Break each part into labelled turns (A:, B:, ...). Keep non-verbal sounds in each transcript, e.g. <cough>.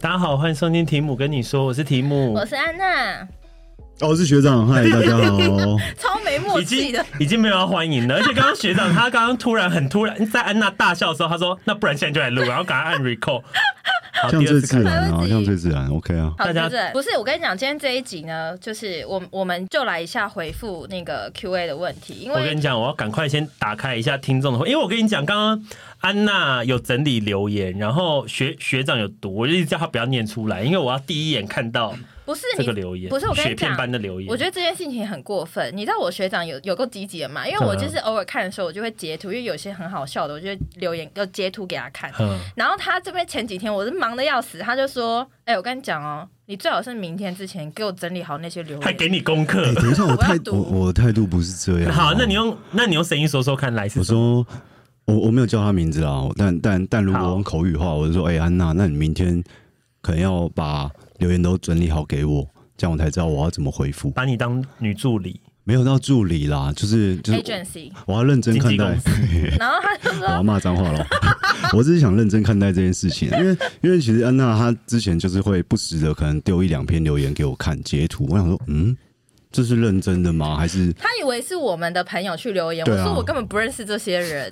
A: 大家好，欢迎收听提姆跟你说，我是提姆
B: 我，是安娜，
C: 哦，我是学长，嗨，大家
A: <laughs>
C: 好。哦
B: 超没默
A: 已
B: 契
A: 经
B: 的。
A: 已经没有要欢迎了，而且刚刚学长他刚刚突然很突然，在安娜大笑的时候，他说：“那不然现在就来录，然后赶快按 recall。”好， <laughs>
C: 像
A: 第
C: 最
A: 二次
C: 自
A: 看
C: 然
B: 还会
C: 啊，
B: 自己
C: 像最自然，OK 啊。
B: 好，
A: 大家
B: 对不对？不是，我跟你讲，今天这一集呢，就是我我们就来一下回复那个 Q&A 的问题，因
A: 我跟
B: 为
A: 你讲，我要赶快先打开一下听众的话，因为我跟你讲，刚刚安娜有整理留言，然后学学长有读，我就一直叫他不要念出来，因为我要第一眼看到
B: 不是
A: 这
B: 你
A: 个留言，
B: 不是我跟
A: 雪
B: 你
A: 片
B: 讲。
A: 般的留言。
B: 我觉得这件事情很过分，你知道我学长有有够积极的嘛？因
A: 嗯
B: 为我就是偶尔看的时候，我就会截图，因为有些很好笑的，我就会留言要截图给他看。
A: 嗯，
B: 然后他这边前几天我是忙的要死，他就说：“哎、我跟你讲哦，你最好是明天之前给我整理好那些留言。”
A: 还给你功课
C: 哎，。等一下，我
B: 我要
C: 态
B: 读
C: 我我的态度不是这样。啊
A: 好，那你用那你用声音说说看，来是
C: 我
A: 什么
C: 说我我没有叫他名字啊，但但但如果
A: 好
C: 用口语化，我就说，哎，安娜，那你明天可能要把留言都整理好给我，这样我才知道我要怎么回复。
A: 把你当女助理，
C: 没有到助理啦，就是就是我
B: agency，
C: 我要认真
A: 经纪
C: 看待
A: 公。
B: 然后他就 <laughs>
C: 我要
B: 说
C: 骂脏话了， <laughs> 我只是想认真看待这件事情，因为因为其实安娜她之前就是会不时的可能丢一两篇留言给我看截图，我想说，嗯，这是认真的吗？还是
B: 他以为是我们的朋友去留言，
C: 对
B: 我
C: 啊
B: 说我根本不认识这些人，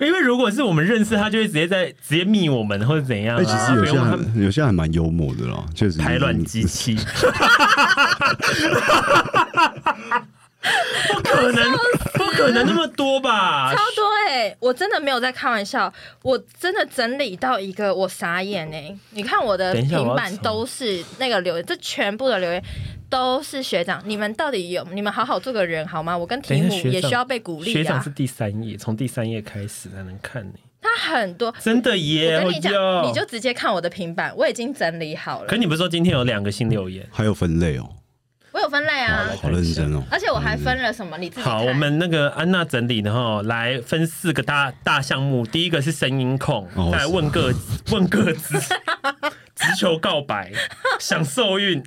A: 因为如果是我们认识他，就会直接在直接密我们或者怎样、啊。
C: 哎、其实有
A: 不
C: 些
A: 用他
C: 还有些还蛮幽默的啦，确实
A: 排卵机
C: <laughs>
A: 器，不可能，不可能那么多吧
B: 超？多哎、我真的没有在开玩笑，我真的整理到一个我傻眼哎、你看我的
A: 等一下我要
B: 平板都是那个留言，这全部的留言都是学长，你们到底有你们好好做个人好吗？我跟
A: 等
B: 提
A: 一下
B: 姆
A: 学
B: 也
A: 长
B: 需要被鼓励
A: 学长
B: 啊
A: 是，第三页，从第三页开始才能看呢、
B: 他很多。
A: 真的
B: 我
A: 耶！
B: 跟你讲
A: 哎，呦
B: 你就直接看我的平板，我已经整理好
A: 可
B: 了，
A: 你不是说今天有两个新留言？
C: 还有分类哦、
B: 我有分类啊，
A: 来
C: 好认真哦、
B: 而且我还分了什么，你自己
A: 好，
B: 看
A: 我们那个安娜整理的哈，来分四个大大项目。第一个是声音控，
C: 哦
A: 再来问
C: <laughs>
A: 个问个子，直球告白，想受
B: <laughs>
A: 孕，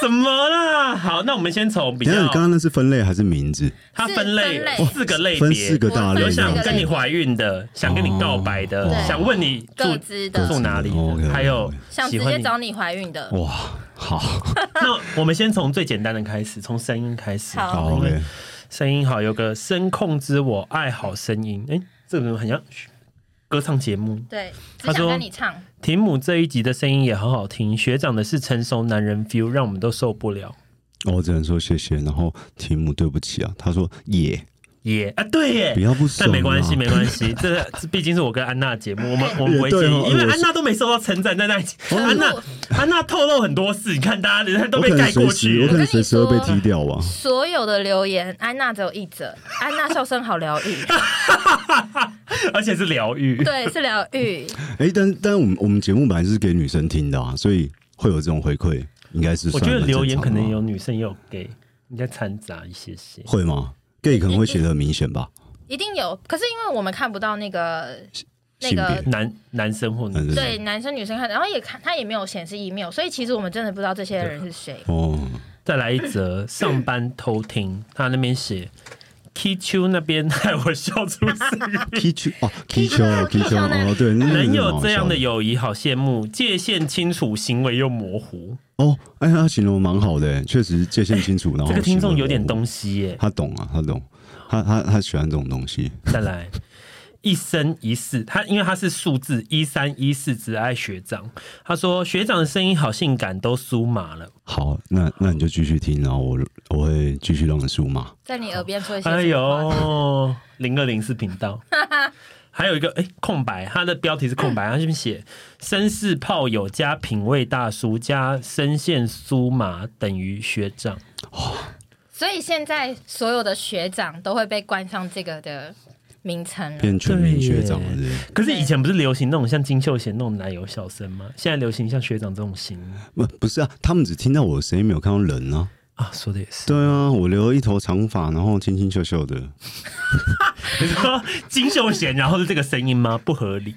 A: 什么啦？好，那我们先从比
C: 等一下，
A: 较
C: 你刚刚那是分类还是名字？
A: 它分类哦
B: 是分类
A: 四个类别，
C: 分四个大
A: 有
C: 类哦
B: 我分四
A: 想
B: 个类
A: 跟你怀孕的，想跟你告白的，
B: 对
A: 想问你住
B: 各自的
A: 住哪里
C: 各自
A: 的，
C: 的
A: 还有
B: 想
A: 喜
B: 直
A: 欢
B: 接
A: 你。
B: 找你怀孕的，
C: 哇，好，
A: 那我们先从最简单的开始，从声音开始。
B: 好
C: 好
A: 因为
C: ，OK，
A: 声音好，有个声控之我爱好声音。哎、这个怎么很像歌唱节目？
B: 对，只
A: 他
B: 想
A: 说
B: 跟你唱。
A: 提姆这一集的声音也好好听，学长的是成熟男人 feel，让我们都受不了。
C: 哦我只能说谢谢。然后题目对不起啊，他说也
A: 耶、啊，对耶，
C: 比较不爽、
A: 但
C: 啊，
A: 没关系，没关系，这这毕竟是我跟安娜的节目，我
C: <laughs>
A: 们我们不会介
C: 也对
A: 意
C: 哦，
A: 因为
C: 我
A: 安娜都没受到称赞，在那里，
B: 哦
A: 安娜安娜透露很多事，你看大家人家都
C: 我
A: 被
C: 可
A: 盖
C: 能
A: 过
C: 随时，
A: 去
C: 我
A: 了
C: 可。能随时会被踢掉吧。
B: 所有的留言，安娜只有一则，安娜笑声好疗
C: <laughs>
B: 愈，
A: 而且是疗愈。
B: 对，是疗愈。
C: 哎、但但我们我们节目本来就是给女生听的啊，所以会有这种回馈，应该是
A: 我
C: 算
A: 觉得
C: 蛮
A: 留言
C: 正
A: 可
C: 常的啊
A: 能
C: 吧
A: 有女生也有给，应该掺杂一些些。
C: 会吗？gay 可能会写的明显吧，
B: 一定有，可是因为我们看不到那个那
C: 性嗯
B: 个
C: 别。
A: 男男生或女
C: 男
A: 生
C: 生
B: 对男生女生看，然后也看他也没有显示 email，所以其实我们真的不知道这些人是谁。
C: 哦，
A: 再来一则，上班偷听，他那边写 K 丘那边 <laughs> 害我笑出声。
C: 踢球哦，踢球踢球
B: 那
C: 哦，对，
A: 能
C: 能
A: 有这样的友谊，好羡慕。界限清楚，行为又模糊，
C: 哦，哎，他形容蛮好的，确实界限清楚。然后
A: 这个听众有点
C: 西，
A: 东西耶。 <laughs>
C: 他懂啊，他懂，他他他喜欢这种东西。
A: 再来，一生一世，他因为他是数字一三一四，只爱学长。他说学长的声音好性感，都酥麻了。
C: 好，那那你就继续听，然后我我会继续让你输嘛。
B: 在你耳边说一些
A: 哎
B: 什么话，
A: 呦，零二零四频
B: <laughs>
A: 道。还有一个哎、空白，他的标题是空白，他这边
B: <laughs>
A: 写绅士炮友加品味大叔加声线酥麻等于学长。
B: 所以现在所有的学长都会被冠上这个的名称了。
C: 变全民学长了是不是
A: 可是以前不是流行那种像金秀贤那种奶油小生吗？现在流行像学长这种型
C: 不不是啊，他们只听到我的声音，没有看到人啊。
A: 啊，说的也是。
C: 对啊，我留一头长发，然后清清秀秀的。
A: 你说 <laughs> 金秀贤，然后是这个声音吗？不合理。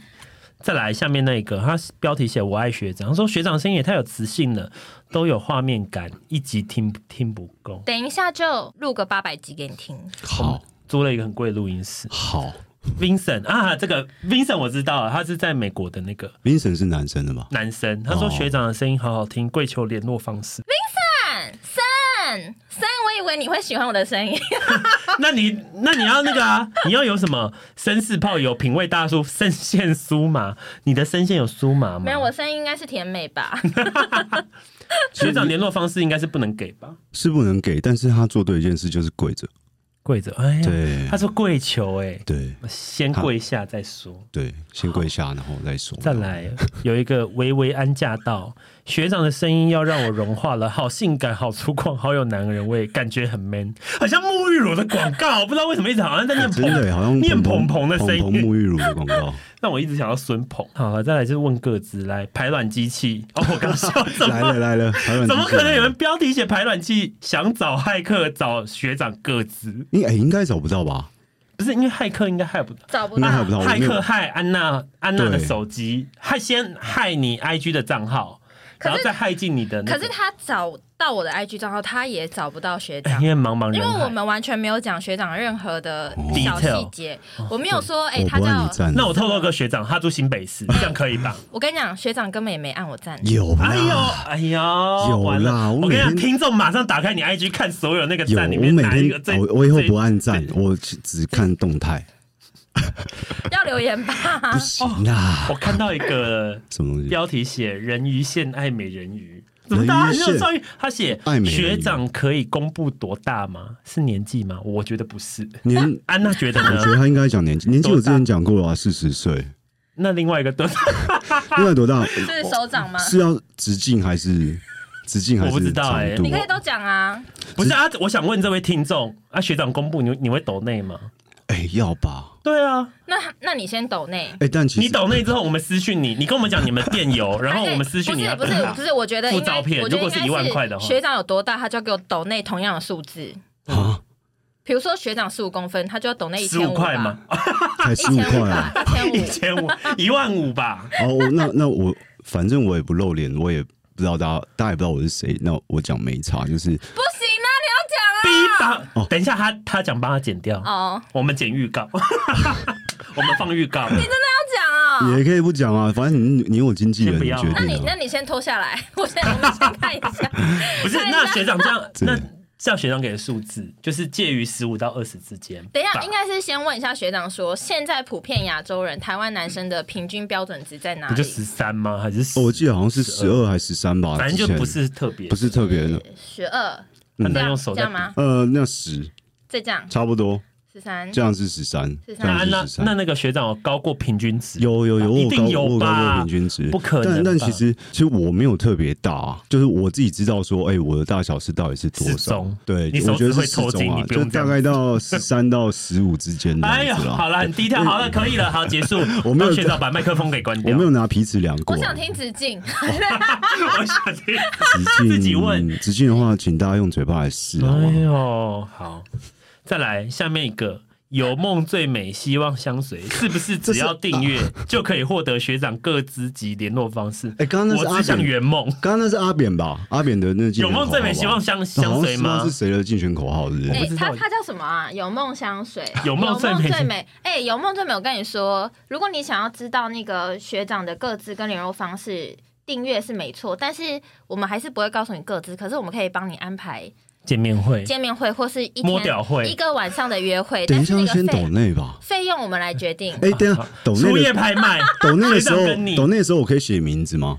A: 再来下面那一个，他标题写“我爱学长”，他说学长声音也太有磁性了，都有画面感，一集听听不够。
B: 等一下就录个八百集给你听。
C: 好，
A: 租了一个很贵的录音室，
C: 好，
A: Vincent 啊，这个 Vincent 我知道了，他是在美国的那个
C: Vincent 是男生的吧？
A: 男生，他说
C: 哦
A: 学长的声音好好听，跪求联络方式。
B: 三三三，嗯我以为你会喜欢我的声音，
A: 那你那你要那个啊， <laughs> 你要有什么绅士炮，有品味大叔，声线酥麻，你的声线有酥麻吗？
B: <laughs> 没有，我声音应该是甜美
C: <laughs>
B: 吧？
A: 学长联络方式应该是不能给吧？
C: 是不能给，但是他做对一件事就是跪着，
A: 跪着，哎呀，
C: 对
A: 他说跪求、哎，
C: 对
A: 先跪下再说。
C: 对，先跪下，然后再说。
A: 再来，有一个维维安驾到，学长的声音要让我融化了，好性感，好粗犷，好有男人味，感觉很 man，好像沐浴乳的广告，不知道为什么一直好像在念
C: 真
A: <laughs>
C: 的耶好像
A: 念蓬蓬的声音
C: 蓬蓬沐浴乳的广告，
A: 让我一直想要孙鹏。好了，再来就是问个子，来排卵机器。 <laughs> 哦，我刚笑， <laughs> 怎
C: 来
A: 么
C: 了来了，台
A: <laughs>
C: 湾
A: 怎么可能有人
C: 人？
A: 标题写排卵器想找骇客找学长个子？
C: 应哎应该找不到吧？
A: 不是因为骇客应该害不到。
B: 找不
C: 应
B: 到
C: 该，还不到，我
A: 骇
C: 没有
A: 客害安娜安娜的
C: 对
A: 手机，害先害你 IG 的账号，
B: 可是
A: 然后再害进你的、那
B: 可
A: 个
B: 是他找到我的 IG 账号，他也找不到学
A: 哎
B: 长
A: 因。为茫茫
B: 因
A: 人
B: 为我
A: 海。
B: 们完全没有讲学长任何的小
A: 哦 Detail 哦
B: 细节，我没有说，哎、
C: 我
B: 他
C: 不按你
B: 叫
C: 站。
A: 那我透露个学长，他住新北市，这样可以吧？
B: 我跟你讲，学长根本也没按我赞，
C: 有
A: <laughs> 哎呦
C: 啦，，
A: 哎呦，完了！
C: 我
A: 我跟你讲，
C: 每天
A: 听众马上打开你 IG 看所有那个
C: 有，
A: 站里
C: 我
A: 面
C: 每
A: 哪一个
C: 天啊
A: 最，
C: 我我以后
A: 最
C: 不按赞，我只只看动态，
B: 要留言吧
C: 不？行啦
A: 我，看到一个
C: 什么东西？
A: 标题写“人鱼线爱美人鱼”，怎么大家很
C: 人鱼
A: 有
C: 线
A: 创意？他写
C: 爱美人鱼
A: 学长可以公布多大吗？是年纪吗？我觉得不是。
C: 年，
A: 安娜觉得
C: 我觉得
A: 呢？
C: 他应该讲年纪，年纪我之前讲过了啊，四十岁，
A: 那另外一个 <laughs> 多大？
C: 另外多大？
B: 是手掌吗？
C: 是要直径还是直径还
A: 我不知
C: 是
A: 道欸
C: 长度
B: 你？可以都讲啊，
A: 不是啊？我想问这位听众啊，学长公布你你会抖内吗？
C: 哎，要吧？
A: 对啊，
B: 那那你先抖内。
C: 哎，但其
A: 你
C: 实
A: 抖内之后，我们私讯你，你跟我们讲你们电
B: <laughs>
A: 邮，然后我们私讯你
B: 不
A: 要
B: 是哎不
A: 多
B: 是
A: 大
B: 不是，我觉得
A: 附
B: 应该
A: 照片
B: 我觉
A: 如
B: 得
A: 果是
B: 应该
A: 一万块的话
B: 学长有多大，他就要给我抖内同样的数字。
C: 啊，
B: 比如说学长十五公分，他就要抖内一
A: 呃十
B: 千
A: 五
B: 五
A: 块吗？？
C: 才
B: 一
C: 十五
B: 千
C: 块
B: 五吧
C: 啊！，
B: 一千
A: 一
B: 五。
A: 千
B: <laughs>
A: 五，一万五吧。
C: 哦，我那那我反正我也不露脸，我也不知道大家大家也不知道我是谁，那我讲没差，就是
B: 不行啊，你
A: 逼
C: 哦
A: 吧，等一下他他讲帮他剪掉
B: 要讲，哦，
A: 我们剪预告， <laughs> 我们放预告。
B: 要讲啊。
C: 也可以不讲啊，反正你你有经纪人
A: 先不
C: 你
A: 要
C: 决
B: 那你
C: 定
B: 那
C: 啊。
B: 你先脱下来， <laughs> 我先我们先看
A: <laughs>
B: 一下。
A: 不是，
B: 啊
A: 那学长这
C: <laughs>
A: 样，
C: 真
A: 那
C: 的
A: 叫学长给的数字就是介于十五到二十之间吧。
B: 等一下，应该是先问一下学长说，现在普遍亚洲人、台湾男生的平均标准值在哪
A: 不就
B: 里？
A: 十三吗？还是
C: 哦我
A: 十？
C: 记得好像是十二还是十三吧，
A: 反正就
C: 之前
A: 不是特别，
C: 不是特别的，
B: 十二，
A: 很
B: 这
A: 难嗯
B: 样
A: 用手
B: 这
A: 在
B: 样。吗？
C: 呃，那十
B: 再这样，
C: 差不多，
B: 十三。
C: 这样是十三，
B: 13
C: 这
A: 那安
C: 样
A: 娜
C: 是十
A: 啊那
C: 三。
A: 那个学长有高过平均值，
C: 有有有，我
A: 一
C: 有高
A: 定
C: 我
A: 有
C: 有高过
A: 吧？
C: 平均值，
A: 不可能吧。
C: 但但其实其实我没有特别大、啊，就是我自己知道说，哎、我的大小是到底是多
A: 适
C: 少
A: 中？
C: 对
A: 你，手
C: 我觉
A: 指
C: 得
A: 会
C: 是适
A: 抽筋
C: 中啊
A: 你，不
C: 就
A: 用这样
C: 大概到十三到十五之间
A: <laughs>
C: 的
A: 哎呦，
C: 样子啦。
A: 好了，很低调，好了，可以
C: <laughs>
A: 了，好，结束。
C: 我没有
A: 让学长把麦克风给关
C: 我
A: 掉
C: 没。有拿皮尺量过、
B: 我
C: 啊，
B: 想听直径，
A: 我想听。
C: 直径。
A: 自己问
C: 直径的话，请大家用嘴巴来试，好吗
A: 哎？呦，好，再来下面一个。有梦最美，希望相随，是不是只要订阅就可以获得学长各资及联络方式？
C: 啊哎刚刚那是
A: 我
C: 阿
A: 只想
C: 扁
A: 圆梦，
C: 刚刚那是阿扁吧？阿扁的那竞选
A: 有梦最美，希望
C: 口
A: 相
C: 号吧
A: 相随
C: 好像
A: 吗
C: 啊是不知道是？谁的竞选口号？是不是？
B: 哎、
A: 知道
B: 他他叫什么啊？有梦相随，
A: 有梦最美
B: 最美。哎、有梦最美，我跟你说，如果你想要知道那个学长的各自跟联络方式，订阅是没错，但是我们还是不会告诉你各自，可是我们可以帮你安排
A: 见面会，
B: 见面会或是一
A: 摸
B: 天
A: 屌会
B: 一个晚上的约会，
C: 等
B: 但
C: 一
B: 是
C: 下
B: 那
C: 要
B: 个
C: 先抖
B: 费
C: 内吧？
B: 费用我们来决定。
C: 哎、等一
A: <laughs> 啊
C: 下抖
A: 初
C: 内
A: 夜
C: 的
A: 拍卖，
C: 抖内的时
A: 学
C: 候
A: 长跟你，
C: 抖内的时候我可以写名字吗？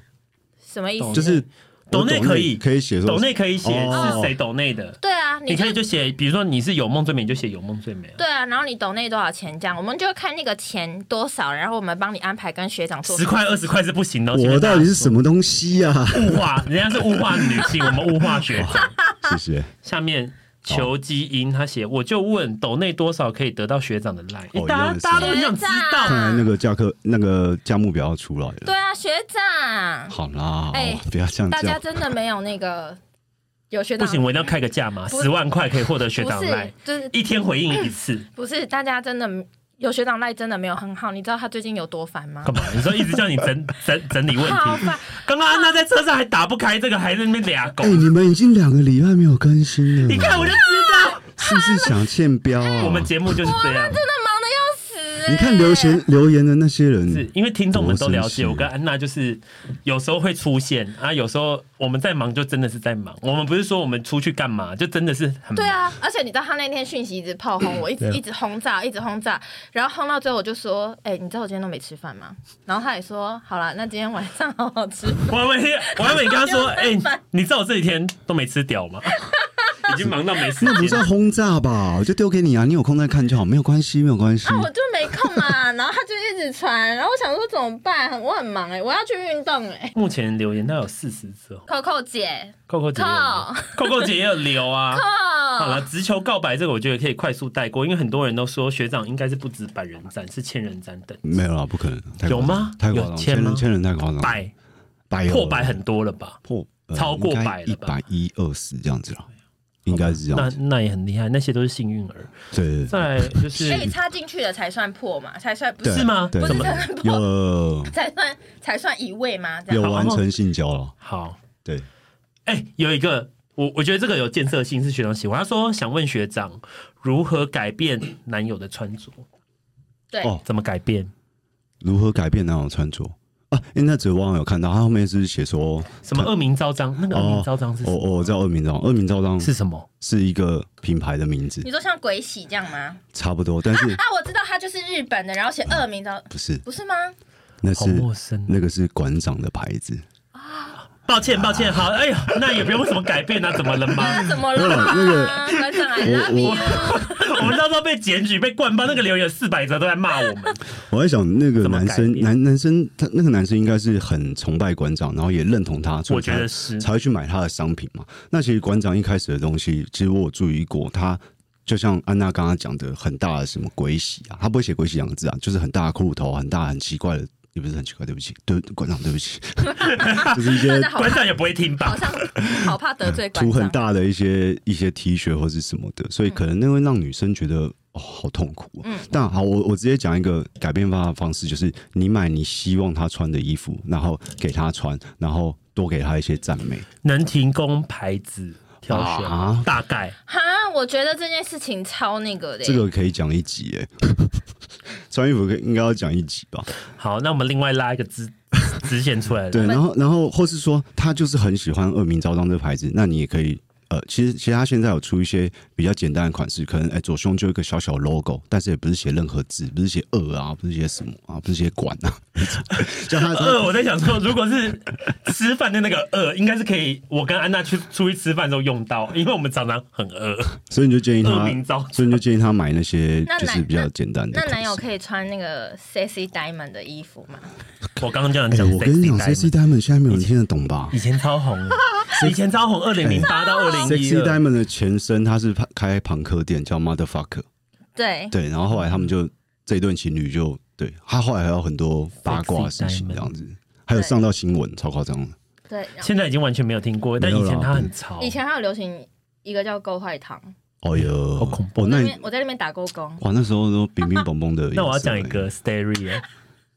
B: 什么意思？
C: 就是
A: 哦抖内可以
C: 可以写说
A: 抖内可以写
C: 哦
A: 是谁抖内的，
B: 对啊，
A: 你
B: 就
A: 可以就写，比如说你是有梦最美，你就写有梦最美啊，
B: 对啊，然后你抖内多少钱这样，我们就看那个钱多少，然后我们帮你安排跟学长做
A: 十块二十块是不行的。
C: 我到底是什
A: 么
C: 么东西
A: <laughs>
C: 呀、啊？
A: 物化？人家是物化女性，我们物化学长。
B: <laughs>
C: 谢谢。
A: 下面求基因，他写我就问抖内多少可以得到学长的 line，、
C: 哦
A: 大
C: 一样
A: 家
C: 的是
A: 大家都很想知
B: 学
A: 道
B: 长。
C: 看来那个价课那个价目表要出来了。
B: 对啊，学长，
C: 好啦，
B: 哎
C: 不要这样
B: 大家
C: 叫。
B: 真的没有那个有学
A: 不
B: 长
A: 行，我一定要开个价嘛，
B: 不
A: 十万块可以获得学
B: 不
A: 长的 line，
B: 是就是
A: 一天回应一次。
B: <laughs> 不是大家真的有学长赖真的没有很好，你知道他最近有多烦吗
A: 干？嘛？你说一直叫你整 <laughs> 整整理问
B: 好
A: 题？
B: 烦，
A: 刚刚安娜在车上还打不开这个，还在那边俩狗
B: 嗯
C: 哎、。你们已经两个礼拜没有更新了，
A: 你看我就知道， <laughs>
C: 是不是想欠标啊？
B: 嗯
A: 我们节目就是这样。
B: 真的忙的要死欸
C: 你看留言留言的那些人
A: 是，因为听众们都了解，
C: 多生气
A: 我跟安娜就是有时候会出现啊，有时候我们在忙就真的是在忙，我们不是说我们出去干嘛，就真的是很忙
B: 对，啊，而且你知道他那天讯息一直炮
C: 嗯
B: 轰我，一直
C: 啊
A: 对
B: 一直轰炸，一直轰炸，然后轰到最后我就说：“哎、你知道我今天都没吃饭吗？”然后他也说：“好啦，那今天晚上好好吃。
C: <laughs>
A: 我还没我还没跟他说，
B: <laughs>
A: 哎、
B: 啊
A: 你知道我这几天都没吃屌吗？ <laughs> 已经忙到没时
C: 那不
A: 间
C: 叫
A: 了。
C: 轰炸吧？我就丢给你啊，你有空再看就好，没有关系，没有关系
B: 啊，。我就没空嘛，然后他就一直传，然后我想说怎么办？我很忙哎、我要去运动哎、
A: 目前留言大概有四十则
B: ，Coco 姐
A: 扣扣姐也有留，扣扣姐也有留
B: <laughs>
A: 啊。好了，
B: ，Coco，
A: 直球告白这个，我觉得可以快速带过，因为很多人都说学长应该是不止百人斩，是千人斩等
C: 没有啦，不可能，太夸张
A: 有吗
C: 太夸
A: 有
C: 张，
A: 签
C: 千
A: 吗
C: 人千人太夸张，
A: 百
C: 百有
A: 破百很多了吧？
C: 破呃
A: 超过
C: 应该
A: 百了
C: 一
A: 吧
C: 百一二十这样子了，应该是这
A: 那
C: 样子。
A: 那也很厉害，那些都是幸运儿。
C: 对对对
A: 再来就
B: 所以
A: 是
B: 哎插进去的才算破嘛，才算不
C: 对
A: 是
B: 是
A: 吗
C: 对
B: 不是
A: 怎么
B: 才算破，
C: 有
B: 才算才算一位吗？这
C: 有
B: 样
C: 完成性交了，
A: 好，
C: 对，
A: 哎、有一个我我觉得这个有建设性，是学长喜欢。他说想问学长如何改变男友的穿着，
B: 对，
C: 哦
A: 怎么改变？
C: 如何改变男友穿着啊？因为那则网友看到，他后面是写说，
A: 什么恶名昭彰？那个恶名昭彰是什
C: 哦
A: 么？
C: 哦，我知道恶名昭彰，恶名昭彰
A: 是什么？
C: 是一个品牌的名字
B: 你，说像鬼洗这样吗？
C: 差不多，但
B: <laughs>
C: 是
B: 啊，我知道他就是日本的，然后写恶名昭，
C: 不是，
B: 不是吗？
C: 那
A: 好
C: 是
A: 陌生。啊
C: 那个是馆长的牌子，
A: 抱歉，抱歉。好，哎呀，那也不用什么改变啊，怎么了吗？ <laughs>
B: 那怎么了吗？馆长，I 啊 love
C: 我
B: you。
A: 我们到时候被检举、被灌爆，那个留言四百则都在骂我
C: <laughs>
A: 们。
C: 我在想，那个
A: 怎么
C: 男
A: 改
C: 生，
A: 变
C: 男男生，他那个男生应该是很崇拜馆长，然后也认同他，所以
A: 我觉得
C: 才
A: 是
C: 才会去买他的商品嘛。那其实馆长一开始的东西，其实我有注意过，他就像安娜刚刚讲的，很大的什么鬼洗啊，他不会写鬼洗两个字啊，就是很大的骷髅头，很大很奇怪的，也不是很奇怪，对不起，对馆长，对不起，就是一些
B: <laughs> 大家好
A: 馆
B: 怕，
A: 长也不会听吧
B: 好？像好怕得罪馆
C: 涂很
B: 长。
C: 大的一些一些 T 恤或是什么的，所以可能那会让女生觉得哦好痛苦、啊。但好，我我直接讲一个改变方法方式，就是你买你希望她穿的衣服，然后给她穿，然后多给她一些赞美。
A: 能提供牌子挑选，
C: 啊
A: 大概
B: 哈，我觉得这件事情超那个的。
C: 这个可以讲一集耶、 <laughs> 穿衣服可以应该要讲一集吧？
A: 好。那我们另外拉一个支支线出来了。
C: 对，然后然后或是说她就是很喜欢恶名昭彰这牌子，那你也可以。呃，其实其实它现在有出一些比较简单的款式，可能哎、左胸就有一个小小 logo，但是也不是写任何字，不是写恶啊，不是写什么啊，不是写管啊， <laughs> 叫它它
A: 呃饿，我在想说，如果是吃饭的那个饿，应该是可以，我跟安娜去出去吃饭的时候用到，因为我们常常很饿。
C: 所以你就建议
A: 恶
C: 他
A: 名昭彰，
C: 所以你就建议他买那些
B: 那男
C: 就是比较简单的
B: 那
C: 款式。
B: 男友可以穿那个 sexy diamond 的衣服吗？
A: 我刚刚这样
C: 哎、
A: 讲，
C: 我跟你讲
A: sexy
C: ，sexy
A: diamond
C: diamond 现在没有人听得懂吧
A: 以前超
C: <laughs>
A: 红，以前超红，二零零八到二零一
C: ？sexy
A: 二，
C: diamond 的前身，他是开朋克店叫 motherfucker， <laughs>
B: 对，
C: 对，然后后来他们就这一对情侣就对他后来还有很多八卦的事
A: Sexy
C: 情
A: Diamond
C: 这样子，还有上到新闻，超夸张的。
B: 对。然后
A: 现在已经完全没有听过，但
C: 没有
A: 以
C: 啦嗯
A: 前它很潮。
B: 以前还有流行一个叫勾坏糖，
C: 哦哟，
A: 哎好恐
C: 怖！哦、
B: 我在
C: 那
B: 那
C: 你
B: 边我在那边打勾勾。
C: 哇，那时候都冰冰蹦蹦 <laughs> 的颜色欸。
A: 那我要讲一个 stereo，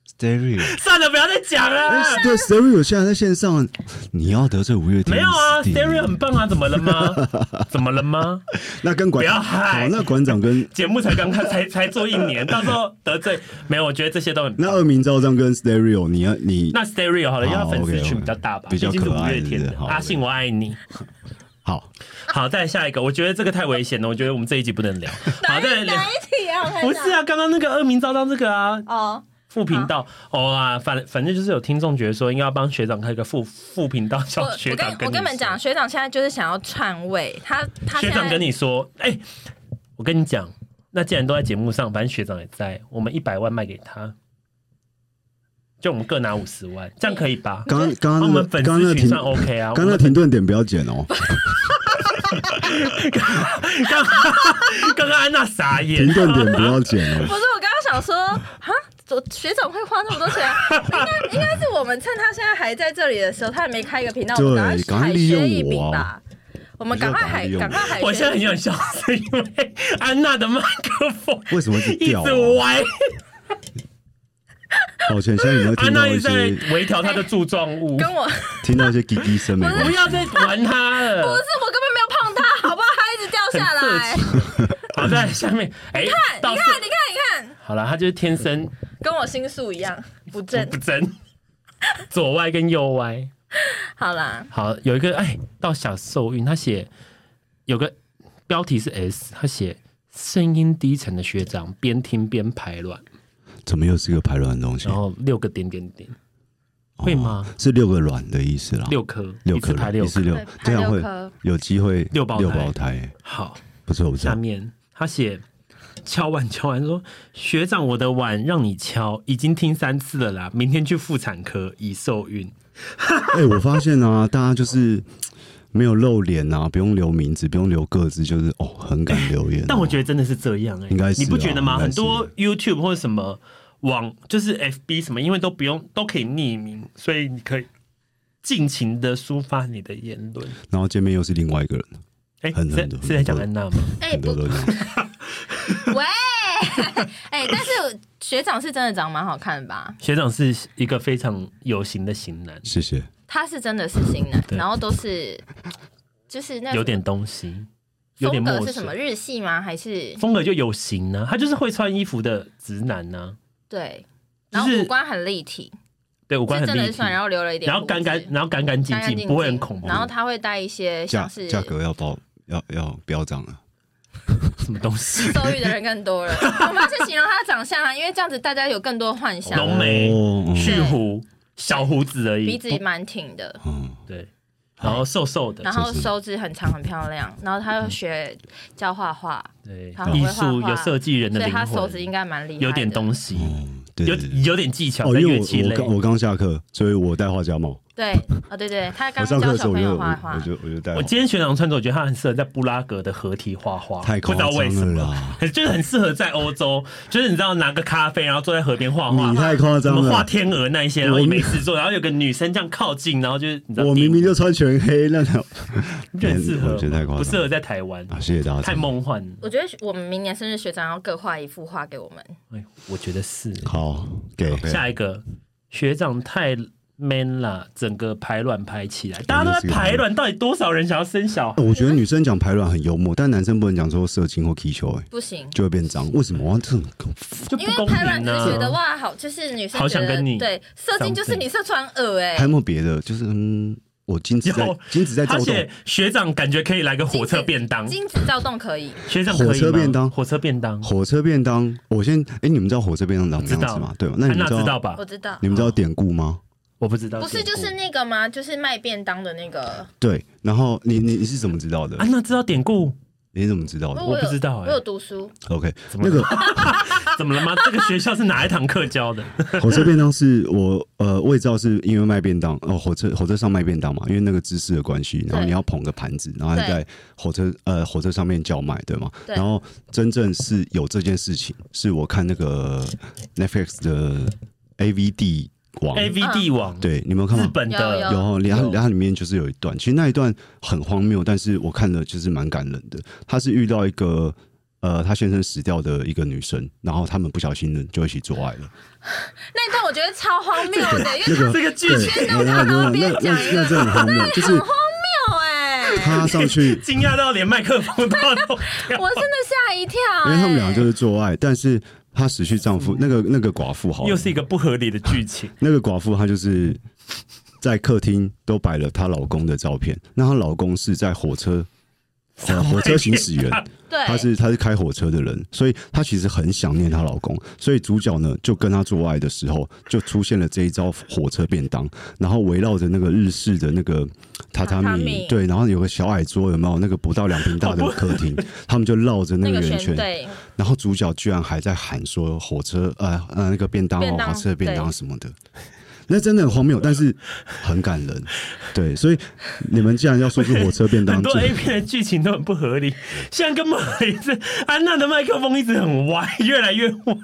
C: stereo。
A: 算了，不要再讲了。
C: <laughs> 对，Stereo 现在在线上，你要得罪五月天？
A: 没有啊
C: 死定
A: ，stereo 很棒啊，怎么了吗？怎么了吗？
C: 那跟馆
A: 不要
C: 好
A: 嗨，
C: 那馆长跟
A: 节目才刚开，才才做一年，到时候得罪没有？我觉得这些都很
C: 那恶名昭彰跟 Stereo，你要你
A: 那 Stereo 好了，因为它
C: 好
A: 粉丝
C: OK，OK
A: 群比较大吧，
C: 比较
A: 毕竟是
C: 可
A: 五
C: 爱
A: 月天
C: 是
A: 的
C: 不是好
A: 阿信我爱你。 <laughs>
C: 好，
A: 好，再来下一个，我觉得这个太危险了，我觉得我们这一集不
B: <laughs>
A: 能聊。好，再来聊。
B: 哪一题啊？我看一
A: <laughs> 不
B: 下
A: 是，啊，刚刚那个恶名昭彰这个啊，
B: 哦，
A: 副频
B: <laughs>
A: 道哦啊，反反正就是有听众觉得说应该要帮学长开一个副副频道，
B: 我
A: 叫学
B: 我跟
A: 长
B: 我
A: 跟
B: 跟你们
A: 说
B: 讲，，学长现在就是想要篡位，他他
A: 学
B: 现
A: 长
B: 在
A: 跟你说，哎，我跟你讲，那既然都在节目上，反正学长也在，我们一百万卖给他，就我们各拿五十万，这样可以吧？ <laughs>
C: 刚刚
A: 那
C: 刚
A: 我
C: 那
A: 们
C: 个
A: 粉
C: 刚刚那
A: 丝
C: 个
A: 群
C: 停
A: 算 OK 啊，
C: 刚刚
A: 我
C: 那个
A: 们
C: 停顿点不要剪哦，
A: 刚刚刚刚安娜傻眼
C: 停，顿 <laughs> 点不要剪哦
B: 不。是，我刚刚想说，啊，我学长会花那么多钱，应该应该是我们趁他现在还在这里的时候，他还没开一个频道，我们
C: 对
B: 赶快
C: 赶快
B: 海
C: 利
B: 削一
C: 用
B: 笔
C: 我啊
B: 吧。我们赶快海，
C: 我就要
B: 赶
C: 赶
B: 快
C: 快
B: 海
A: 我现在
B: 削
A: 很
B: 一笔。
A: 想笑，是 <laughs> 因为安娜的麦克风
C: <laughs> 为什么是
A: 一
C: 掉啊
A: 直？歪。
C: 抱歉，现在有没有
A: 安
C: <laughs> 听
A: 娜
C: 到
A: 一
C: 一
A: 直
C: 些
A: 在微调她的柱状物，
B: 跟我不
C: 听到一些滴滴声没关
A: <laughs> 不
C: 系？
A: 要再玩她了。
B: <laughs> 是，我根本没有碰他，好不好？他一直掉下来。 <laughs>
A: 好在下面，哎、
B: 你
A: 到
B: 看，你看，你看，
A: 好了，他就是天生
B: 跟我心术一样不
A: <laughs>
B: 正
A: 不。正，左歪跟右歪。
B: 好啦，
A: 好，有一个哎，到小受孕，他写有个标题是 S，他写声音低沉的学长边听边排卵，
C: 怎么又是一个排卵的东西哦
A: 然？后六个点点点，哦会吗？
C: 是六个卵的意思啦，
A: 六颗，
C: 六
A: 一次
C: 颗
A: 排
C: 卵，
A: 六
C: 一次
A: 颗。
C: 六
B: 对，排
C: 这样
B: 六
C: 会
B: 颗
C: 有机会
A: 六胞
C: 六
A: 胎
C: 胞胎，
A: 好，
C: 不错不错
A: 下。面他写敲碗敲碗说学长，我的碗让你敲，已经听三次了啦，明天去妇产科已受孕。
C: 哎、我发现啊，大家就是没有露脸啊，不用留名字，不用留个字，就是哦，很敢留言、
A: 但我觉得真的是这样哎、
C: 应该是啊
A: 你不觉得吗？
C: 应该
A: 很
C: 是
A: 多 YouTube 或者什么网，就是 FB 什么，因为都不用都可以匿名，所以你可以尽情的抒发你的言论。
C: 得，然后见面又是另外一个人，
A: 哎、
C: 很
A: 是在
C: 很多
A: 是在讲安娜吗？
B: 哎、
C: 很
B: 不
C: 多都这样。
A: <laughs>
B: 喂，哎、但是学长是真的长蛮好看的吧？
A: 学长是一个非常有型的型男，
C: 谢谢，
B: 他是真的是型男，
A: 对
B: 然后都是就是那
A: 有点东西，有点
B: 风
A: 墨
B: 格是什么
A: 水。
B: 日系吗？还是
A: 风格就有型呢、他就是会穿衣服的直男啊呢、
B: 对？
A: 就
B: 然后
A: 是
B: 五官很立体，
A: 对，五官很
B: 是真的
A: 立
B: 是
A: 体，
B: 算，然后留了一点胡子，
A: 然后干干，然后干干净
B: 干干净净，
A: 不会很恐怖，
B: 然后他会带一些
C: 价
B: 像是，
C: 价格要报要要飙涨了。
A: 什么东西
B: 受育的人
A: <laughs>
B: 更多了。我们要去形容他的长相啊，因为这样子大家有更多幻想。
A: 浓眉
C: 哦
A: <laughs>
C: 嗯
A: 蓄胡、小胡子而已，
B: 鼻子蛮挺的，
C: 嗯，
A: 对，然后瘦瘦的
B: 然，后手指很长很漂亮，然后他又学教画画，
A: 对
B: 他，很
A: 艺
B: 会画
A: 术
B: 画
A: 有设计人的
B: 所
A: 嗯
B: 以
A: 灵
B: 他手指
A: 魂，
B: 应该蛮厉害的。
A: 有点东西，
C: 哦，对
A: 有
C: 对对。
A: 有点技巧，
C: 哦，
A: 在
C: 因为
A: 乐
C: 我
A: 器
C: 我
A: 类
C: 刚。我刚下课，所以我戴画家帽。
B: 对，哦对对，他
C: 我
B: 刚
C: 上课
B: 教
C: 的时
B: 小
C: 候我
B: 朋
C: 就
B: 友
C: 我
B: 画画
C: 我，就我就戴
A: 我。今天学长穿着，我觉得他很适合在布拉格的合体画画，
C: 太
A: 不
C: 夸
A: 知道
C: 张
A: 为什
C: 了
A: 么，
C: 啦！
A: <laughs> 就是很适合在欧洲，就是你知道拿个咖啡，然后坐在河边画画
C: 你，太夸
A: 什
C: 张
A: 么 <laughs> 画
C: 了！
A: 天鹅那一些，然后
C: 我
A: 也没事做，然后有个女生这样靠近，然后就是你知道，
C: 我明明就穿全黑，
A: <laughs>
C: 那条
A: 就很适合吗，
C: 我觉得太夸
A: 不
C: 张
A: 适合在台湾，
C: 啊，谢谢大家。
A: 太梦幻了。
B: 我觉得我们明年生日学长要各画一幅画给我们。
A: 哎，我觉得是。
C: 好，给
A: 下一个学长太 man 了，整个排卵排起来，大家都在排卵，到底多少人想要生小孩？
C: 我觉得女生讲排卵很幽默，但男生不能讲说射精或踢球、欸，
B: 不行，
C: 就会变脏。为什么啊？这种
A: 就
B: 因
A: 不
B: 为
A: 公
B: 排卵
A: 平
B: 只是觉得
A: 啊！
B: 哇好，就是女生
A: 好
B: 觉
A: 想
B: 得
A: 跟你
B: 对射精就是你射穿耳哎
C: 还，有没有别的？就是嗯，我精子在
A: 有
C: 精子在
A: 而
C: 躁
A: 且
C: 动，
A: 学长感觉可以来个火车便当，
B: 精子躁动可以，
A: 学长可以吗
C: 火车便当
A: 火车便当，
C: 火车便当。我先，哎、你们知道火车便当长什
A: 知
C: 么样
A: 道
C: 子吗？对吗？那你
A: 安娜
C: 们知
A: 知
C: 道
A: 道吧
B: 我？知道
C: 你。们知道典故吗？
A: 我不知道，
B: 不是就是那个吗？就是卖便当的那个，
C: 对。然后你你你是怎么知道的？
A: 安娜知道典
B: <laughs>
A: 故，
C: 你怎么知道欸
B: 因为
C: 的
A: 我不
B: 有
A: 知道哎
B: 我有读书，
C: ？OK，
A: 怎么
C: 那
A: 了
C: 个
A: 怎么了吗？这个学校是哪一堂课教的？
C: 火车便当是我呃，我也知道是因为卖便当哦，火车火车上卖便当嘛，因为那个姿势的关系，然后
B: 对
C: 你要捧个盘子，然后
B: 对
C: 在火车呃火车上面叫卖，对吗？
B: 对
C: 然后真正是有这件事情，是我看那个 Netflix 的 AVD 王，
A: A V 帝王，
C: 哦对，你有没有看
A: 日
C: 吗？
A: 本
B: 有
A: 的
C: 有哦，然后
A: 有
C: 它里面就是有一段，其实那一段很荒谬，但是我看了就是蛮感人的。他是遇到一个呃，他先生死掉的一个女生，然后他们不小心就一起做爱了。
B: 那一段我觉得超荒谬的，因为
C: 那个
A: 这个剧情
C: 对，然后那那那那这很荒谬，就是
B: 有
C: <laughs>
B: 哎、
C: 他上去，
A: <laughs>
C: 因
A: 惊讶到连麦克风都要动。
B: 我真的吓一跳、哎
C: 为他们俩就是做爱，但是她死去丈夫那个那个寡妇好了，
A: 又是一个不合理的剧情，
C: 那个寡妇她就是在客厅都摆了她老公的照片，那她老公是在火车。呃，火车行驶
A: 啊
C: 员，
B: 对，
C: 她是她是开火车的人，所以她其实很想念她老公，所以主角呢就跟她做爱的时候，就出现了这一招火车便当，然后围绕着那个日式的那个榻
B: 榻
C: 榻
B: 榻
C: 米
B: 米，
C: 对，然后有个小矮桌，有没有那个不到两平大的客厅，他们就绕着那
B: 哦那
C: 个
B: 个
C: 圆
B: 圈
C: 圈，
B: 对，
C: 然后主角居然还在喊说火车呃呃那个便当
B: 便
C: 哦，
B: 当
C: 好吃的便当
B: 对
C: 什么的。那真的很荒谬，但是很感人，对，所以你们既然要说出火车
B: <laughs>
C: 便当，
A: 很
C: 就
A: 多 A 片的剧情都很不合理。现在根本也是安娜的麦克风一直很歪， <laughs> 越来越歪，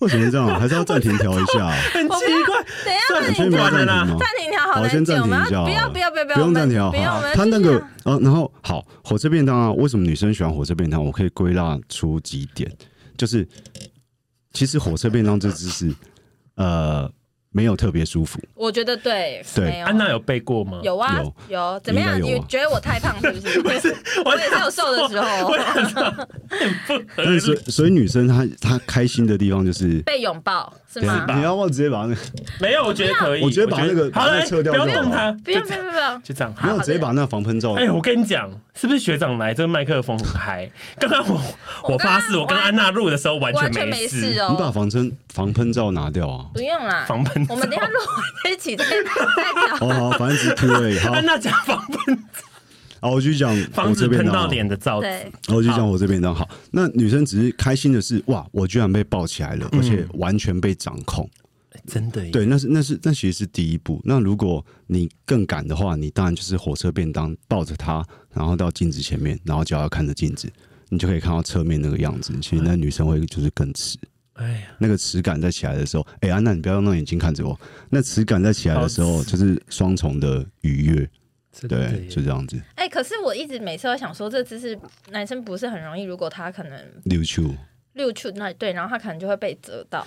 C: 为什么这样啊？还是要暂停调一下啊、
A: 很奇怪。
B: 等一下
A: 算了，
C: 所以
A: 不
C: 没有
A: 管了
C: 暂停
A: 啦
C: 吗。？
B: 暂停条好
C: 好，
B: 难
C: 先
B: 解，
C: 暂
B: 我
C: 停
B: 们
C: 一下
B: 要
C: 啊。
B: 不要不要不要不要，
C: 不用暂停啊。
B: 我们不要，
C: 好
B: 我们
C: 他那
B: 继续
C: 个
B: 啊
C: 啊，然后好，火车便当啊，为什么女生喜欢火车便当？我可以归纳出几点，就是其实火车便当这姿势，呃，没有特别舒服。
B: 我觉得对，
C: 对啊
B: 没有啊
A: 安娜有背过吗？
B: 有啊有，怎么样？
C: 应该
B: 你
C: 有啊吧
B: 觉得我太胖是不是？ <laughs> 我
A: 我
B: 也是有瘦的时
C: <laughs>
B: 候
A: 我，想说很不合
C: 但是所
A: 理
C: 以，所以女生她她开心的地方就是，
B: 被拥抱是
C: 等一
B: 吗
C: 下？你要不要直接把那个
A: 没有，我觉得可以。
C: 我觉得把那个
A: 好
C: 把那
A: 了，
C: 个撤掉
A: 不要
C: 就好
A: 动它，
B: 不用不用不用，
A: 就这样。
C: 没
A: 好
C: 有直接把那个防喷罩？
A: 哎、我跟你讲，是不是学长来这个麦克风很嗨？刚刚我我
B: 我刚
A: 发
B: 刚
A: 誓，我跟安娜录的时候完
B: 完
A: 全
B: 全
A: 没
B: 没事
C: 你把
B: 哦，
C: 防喷防喷罩拿掉
A: <laughs>
C: 啊！
B: 不用啦。
A: 防喷罩
B: 我们等一下录完一起再再 <laughs> 讲。
C: 哦，好，反正只是 Q
A: <laughs>
C: 而已。好，
A: 安娜讲防喷，
C: 好，我继续讲
A: 防
C: 我
A: 止
C: 这边
A: 喷
C: 的
A: 到
C: 啊。
A: 脸的罩子
B: 对。
C: 我就讲我这边的好。那女生只是开心的是，哇，我居然被抱起来了，而且完全被掌控。
A: 真的耶，
C: 对，那是那是那其实是第一步。那如果你更赶的话，你当然就是火车便当，抱着它，然后到镜子前面，然后就要看着镜子，你就可以看到侧面那个样子。其实那女生会就是更迟，
A: 哎呀，
C: 那个迟感在起来的时候，哎、安娜，你不要用那眼睛看着我。那迟感在起来的时
A: 好
C: 候，就是双重的愉悦，
A: 真的
C: 对，
A: 耶
C: 就这样子
B: 哎、可是我一直每次都想说，这姿势男生不是很容易，如果他可能
C: 溜秋。
B: 溜出那对，然后他可能就会被折到。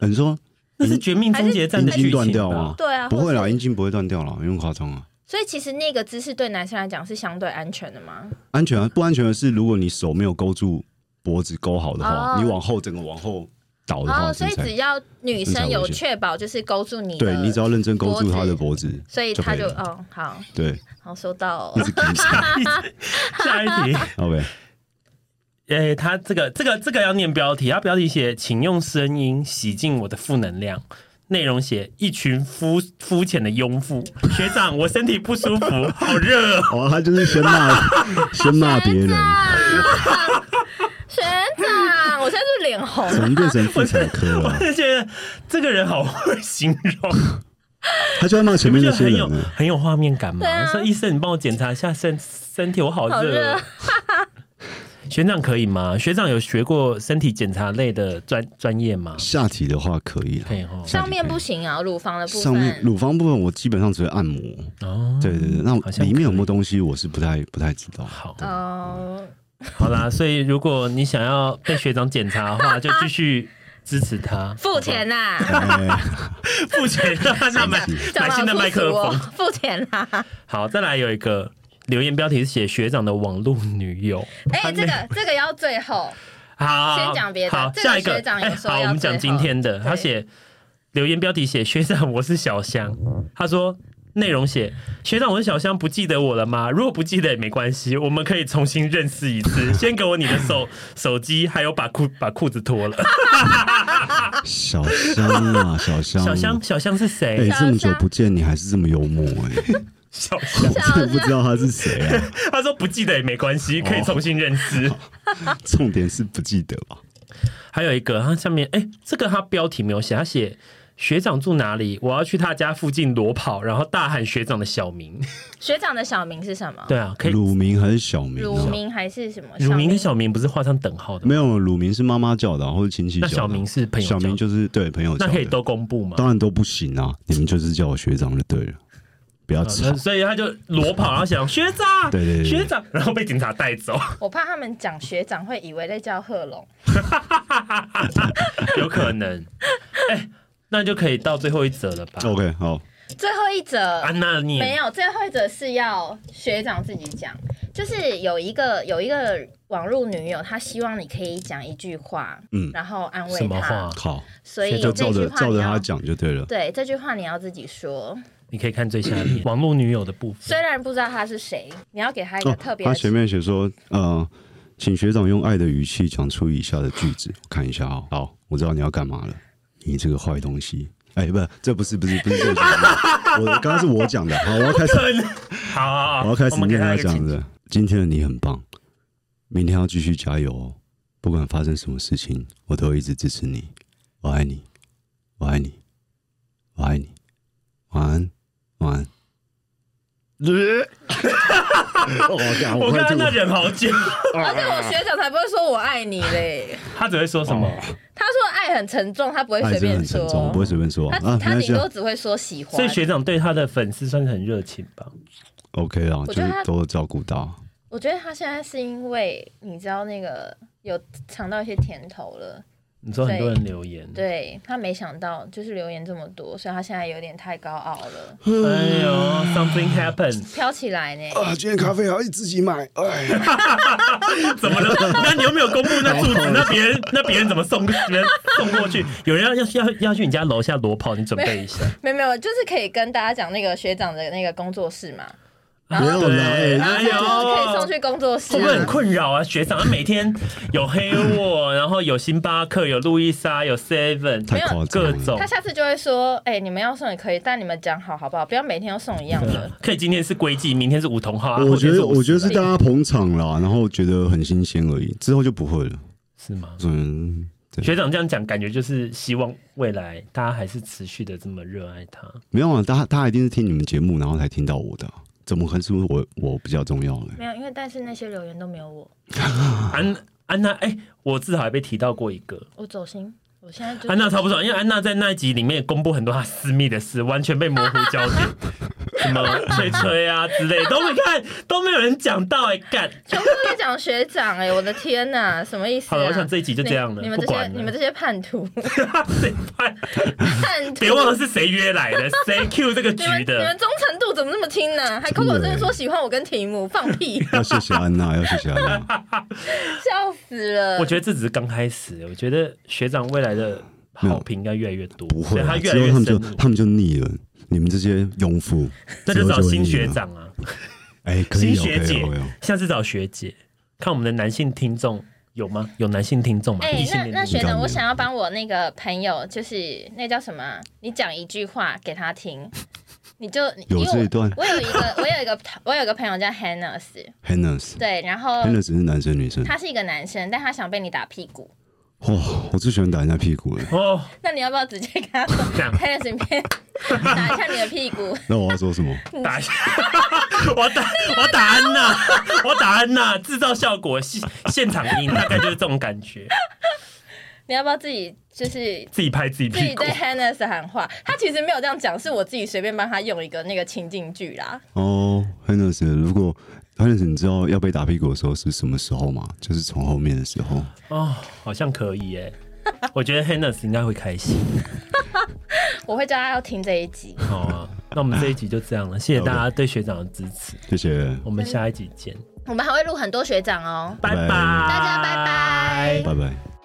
C: 你说
A: 那是《绝命终结战》
C: 阴
A: 的剧
C: 茎
A: 情吧
C: 断掉吗？？
B: 对啊，
C: 不会啦，
B: 或是
C: 阴茎不会断掉啦，不用夸张啊。
B: 所以其实那个姿势对男生来讲是相对安全的嘛。
C: 安全啊，不安全的是，如果你手没有勾住脖子勾好的话，
B: 哦
C: 你往后整个往后倒的话，
B: 哦，所以
C: 这才
B: 只要女生有确保就是勾住你的，
C: 对你只要认真勾住他的脖
B: 脖
C: 子，
B: 所以他就
C: 就可以
B: 哦好 <laughs>
C: 对，
B: 好收到、
C: 一
B: 哦。
C: 直挺起来
A: 下一题， <laughs>
C: ，OK，
A: 哎、他这个这个这个要念标题，他标题写“请用声音洗净我的负能量”，内容写“一群肤肤浅的庸妇”。学长，我身体不舒
C: <laughs>
A: 服，好热、哦。
C: <laughs> 哦，他就是
B: <laughs>
C: 先骂先骂别人，
B: 啊学长，我现在是不是脸红，
C: 怎么变成妇产科
A: <laughs> 我
B: <laughs>
C: 了？
A: 就觉得这个人好会形容，
C: 他就在骂前面
A: 就
C: 那些
A: 很
C: 人啊
A: 有
C: 呢。
A: 很有画面感嘛。
B: 对啊
A: 说医生，你帮我检查一下身身体，我好
B: 好
A: 热
B: 热
A: 哦。。学长可以吗？学长有学过身体检查类的专专业吗？
C: 下体的话可以啦啊
A: 可，以哦。
B: 上面不行啊，乳房的部
C: 上面
B: 分。嗯
C: 乳房部分我基本上只会按摩，
A: 哦，
C: 对对对，那
A: 好像
C: 里面有没
A: 可
C: 有
A: 以
C: 东西我是不太不太知道。
A: 好，
B: 哦，
A: 好啦，所以如果你想要被学长检查的话，就继续支持他，
B: 付钱呐、
C: 哎，
A: 付钱让他买
B: 讲
A: 买
B: 得好
A: 新的麦克
B: 粗俗哦
A: 风。
B: 付钱
A: <laughs>
B: 啦、
A: 好，再来有一个留言标题是写学长的网络女友，
B: 哎、
A: 他
B: 这
A: 那
B: 个这个要最后，
A: 好，
B: 先讲别的
A: 好，
B: 这个
A: 下一个
B: 学长有说
A: 哎好，
B: 要
A: 我们
B: 最
A: 讲
B: 后
A: 今天的，
B: 对
A: 他写留言标题写学长，我是小香。他说内容写学长，我是小香，不记得我了吗？如果不记得也没关系，我们可以重新认识一
B: <laughs>
A: 次。先给我你的手手机，还有把裤把裤子脱
B: <laughs>
A: 了。
C: 小香啊，小香，
A: 小香，小香是
C: 哎
A: 谁？，
C: 这么久不见你还是这么幽默哎。
A: 小香，
C: 我真的不知道他是谁啊。
A: 他说不记得也没关系，
B: 哦
A: 可以重新认识。
C: 重点是不记得吧？
A: 还有一个，他下面哎、这个他标题没有写，他写。学长住哪里？我要去他家附近裸跑，然后大喊学长的小
B: <laughs>
A: 名。
B: 学长的小名是什么？
A: 对啊，可以
C: 乳名还是小名、啊？
B: 乳名还是什么？
A: 乳名跟小明不是画上等号的吗，
C: 没有，乳名是妈妈叫的啊、或者亲戚叫
A: 那
C: 的啊。
A: 小明是朋友
C: 小明
A: 叫
C: 就是对朋友叫
A: 那
C: 的，
A: 可以都公布吗？
C: 当然都不行啊！你们就是叫我学长就对了，不要
A: 啊
C: 吵
A: 那。所以他就裸跑，然后想学长，
C: 对对对对
A: 学长，然后被警察带
C: <laughs>
A: 走，
B: 我怕他们讲学长会以为在叫贺龙。
A: 有可能。哎，那就可以到最后一则了吧？
C: OK，好，
B: 最后一则
C: 啊
A: 安娜你
B: 没有，最后一则是要学长自己讲，就是有一个有一个网络女友，她希望你可以讲一句话，
C: 嗯
B: 然后安
A: 什
B: 慰
A: 么
B: 她
A: 话，？
C: 好，
B: 所以
C: 就
B: 这
C: 照着
B: 句话
C: 照
B: 你
C: 着他
B: 要
C: 讲就对了。
B: 对这句话你要自己说，
A: 你可以看最下
C: <laughs>
A: 面网络女友的部分
B: 虽。然不知道她是谁，你要给她一个
C: 哦
B: 特，别
C: 他
B: 的
C: 前面写说，呃，请学长用爱的语气讲出以下的句子，我看一下哦。好，我知道你要干嘛了，你这个坏东西。哎，不，这不是，不是，不是这个学长。我刚刚是我讲的，好，我要开始
A: 好好
C: 我
A: 好，
C: 要开始
A: 们给
C: 念
A: 他
C: 他
A: 一个
C: 讲
A: 请
C: 的。今天的你很棒，明天要继续加油哦！不管发生什么事情，我都会一直支持你。我爱你，我爱你，我爱你。晚安，晚
A: <laughs>
C: 安。我
A: <laughs>
C: 靠！
A: 我
C: 快
A: 刚刚
C: 吐
A: 那忍好
C: <laughs>
A: 久，
B: 而且我学长才不会说我爱你嘞，
A: 他只会说什么？
C: 哦
B: 他说爱很沉重，他不会
C: 爱
B: 随
C: 真的
B: 便
C: 很
B: 说
C: 沉，重，我不会随便说
B: 他、
C: 啊，没
B: 他
C: 关
B: 顶
C: 系啊
B: 多只会说喜欢。
A: 所以学长对他的粉丝算是很热情吧？
C: ，OK 啦，
B: 我
C: 就
B: 觉得
C: 是
B: 他
C: 都照顾到。
B: 我觉得他现在是因为你知道那个有尝到一些甜头了，
A: 你知道很多人留言，
B: 对他没想到就是留言这么多，所以他现在有点太高傲了，
A: 哎呦，something happened，
B: 飘起来呢。
C: 啊，今天咖啡还要自己买，哎，
A: 怎 <laughs> 么了？那你又没有公布那住址，那别人那别人怎么送别人送过 <laughs> 去？有人要要要要去你家楼下裸跑，你准备一下。
B: 没有没有，就是可以跟大家讲那个学长的那个工作室嘛，
C: 没有啦，
A: <laughs> 对
C: 哎
B: 然后
A: 哎呦
B: 就是可以送去工作室
A: 会不会很
B: 啊。
A: 困扰啊？学长，他每天有黑沃，然后有星巴克，有路易莎，有 Seven，
C: 太夸张
A: 各
C: 了
A: 种
B: 他。下次就会说：“哎、你们要送也可以，但你们讲好好不好？不要每天都送一样的。
A: 可以，今天是归记，明天是梧桐号啊。后
C: 我觉
A: 天是
C: 得，
A: 五十
C: 我觉得是
A: 啊
C: 大家捧场啦，然后觉得很新鲜而已，之后就不会了。
A: 是吗？
C: 嗯，对，
A: 学长这样讲，感觉就是希望未来大家还是持续的这么热爱他。
C: 没有啊，大家大家一定是听你们节目，然后才听到我的啊，怎么可能是我我比较重要呢？
B: 没有，因为但是那些留言都没有我，
A: 安安娜，哎、我至少还被提到过一个。
B: 我走心。我现在就
A: 安娜啊超不爽，因为安娜在那一集里面也公布很多她私密的事，完全被模糊焦
B: <laughs>
A: 点，什么吹吹啊之类都没看，都没有人讲到哎、干。
B: 全部都在讲学长、哎，我的天呐，什么意思、啊？
A: 好了，我想这一集就这样了，
B: 你你们
A: 不
B: 这些
A: 管了。
B: 你们这些
A: <laughs>
B: 叛徒，
A: 谁拍
B: 叛徒！
A: 别忘了是谁约来
B: <laughs>
A: 的，谁 Q 这个
B: 你们
A: 局
B: 你
A: 的
B: 们。忠诚度怎么那么轻呢、还口口声声说喜欢我跟提姆，放
A: <laughs>
B: 屁，
C: <laughs> 要谢谢安娜，要谢谢安娜。
B: 笑死了！
A: 我觉得这只是刚开始，我觉得学长未来的好评应该越来越多，
C: <laughs> 不
B: 嗯
C: 会
A: 所以
C: 啊，
A: 他越
C: 之
A: 来
C: 后
A: 越
C: 他
A: 深
C: 们就
A: 入，
C: 他们就腻了，你们这些庸 <laughs> 夫，
A: 那就找
C: 之后会
A: 新
C: 腻了
A: 学。长啊，
C: 哎，可
A: 新
C: 以哦，可
A: 学
C: 以
A: 姐
C: 哦，可以哦，
A: 下次找学姐，看我们的男性听众有吗？有男性听众吗？
B: 哎、
A: 异性
B: 那
A: 恋
B: 那
A: 听众
B: 学
C: 应该
B: 长，
C: 没
B: 我
C: 有
B: 想要帮我那个朋友，就是那叫什么啊？你讲一句话给他听，你就你
C: 有
B: 因为
C: 这一段
B: 我。我有一个，我有一个，我有一个朋友叫 Hannes，
C: Hennes，Hennes
B: 对，然后
C: 是男生女生？
B: 他是一个男生，但他想被你打屁股，
C: 哇，我最喜欢打人家屁
B: <laughs>
C: 股了。
A: 哦，
B: 那你要不要直接跟他
A: <laughs>
B: 说
A: 这样
B: Hannes，你别打一下你的屁股？ <laughs>
C: 那我要说什么？
A: 打一下， <laughs> 我打我打安娜， <laughs> 我打安娜，制造效果现现场音，大概就是这种感觉，
B: 你要不要自己就是？
A: 自己拍自己
B: 自己
A: 屁股
B: 对。Hannes 喊话，他其实没有这样讲，是我自己随便帮他用一个那个情境剧啦。
C: 哦，Hennes，如果 Hennes，你知道要被打屁股的时候是什么时候吗？就是从后面的时候。
A: 哦，好像可以耶。我觉得 Hennes 应该会开心。
B: 我会叫他要听这一集。
A: 好啊，那我们这一集就这样了，谢谢大家对学长的支持，
C: 谢谢，
A: 我们下一集见，
B: 我们还会录很多学长哦。
A: 拜
C: 拜
A: 拜，
C: 拜
B: 大家拜拜
C: 拜拜。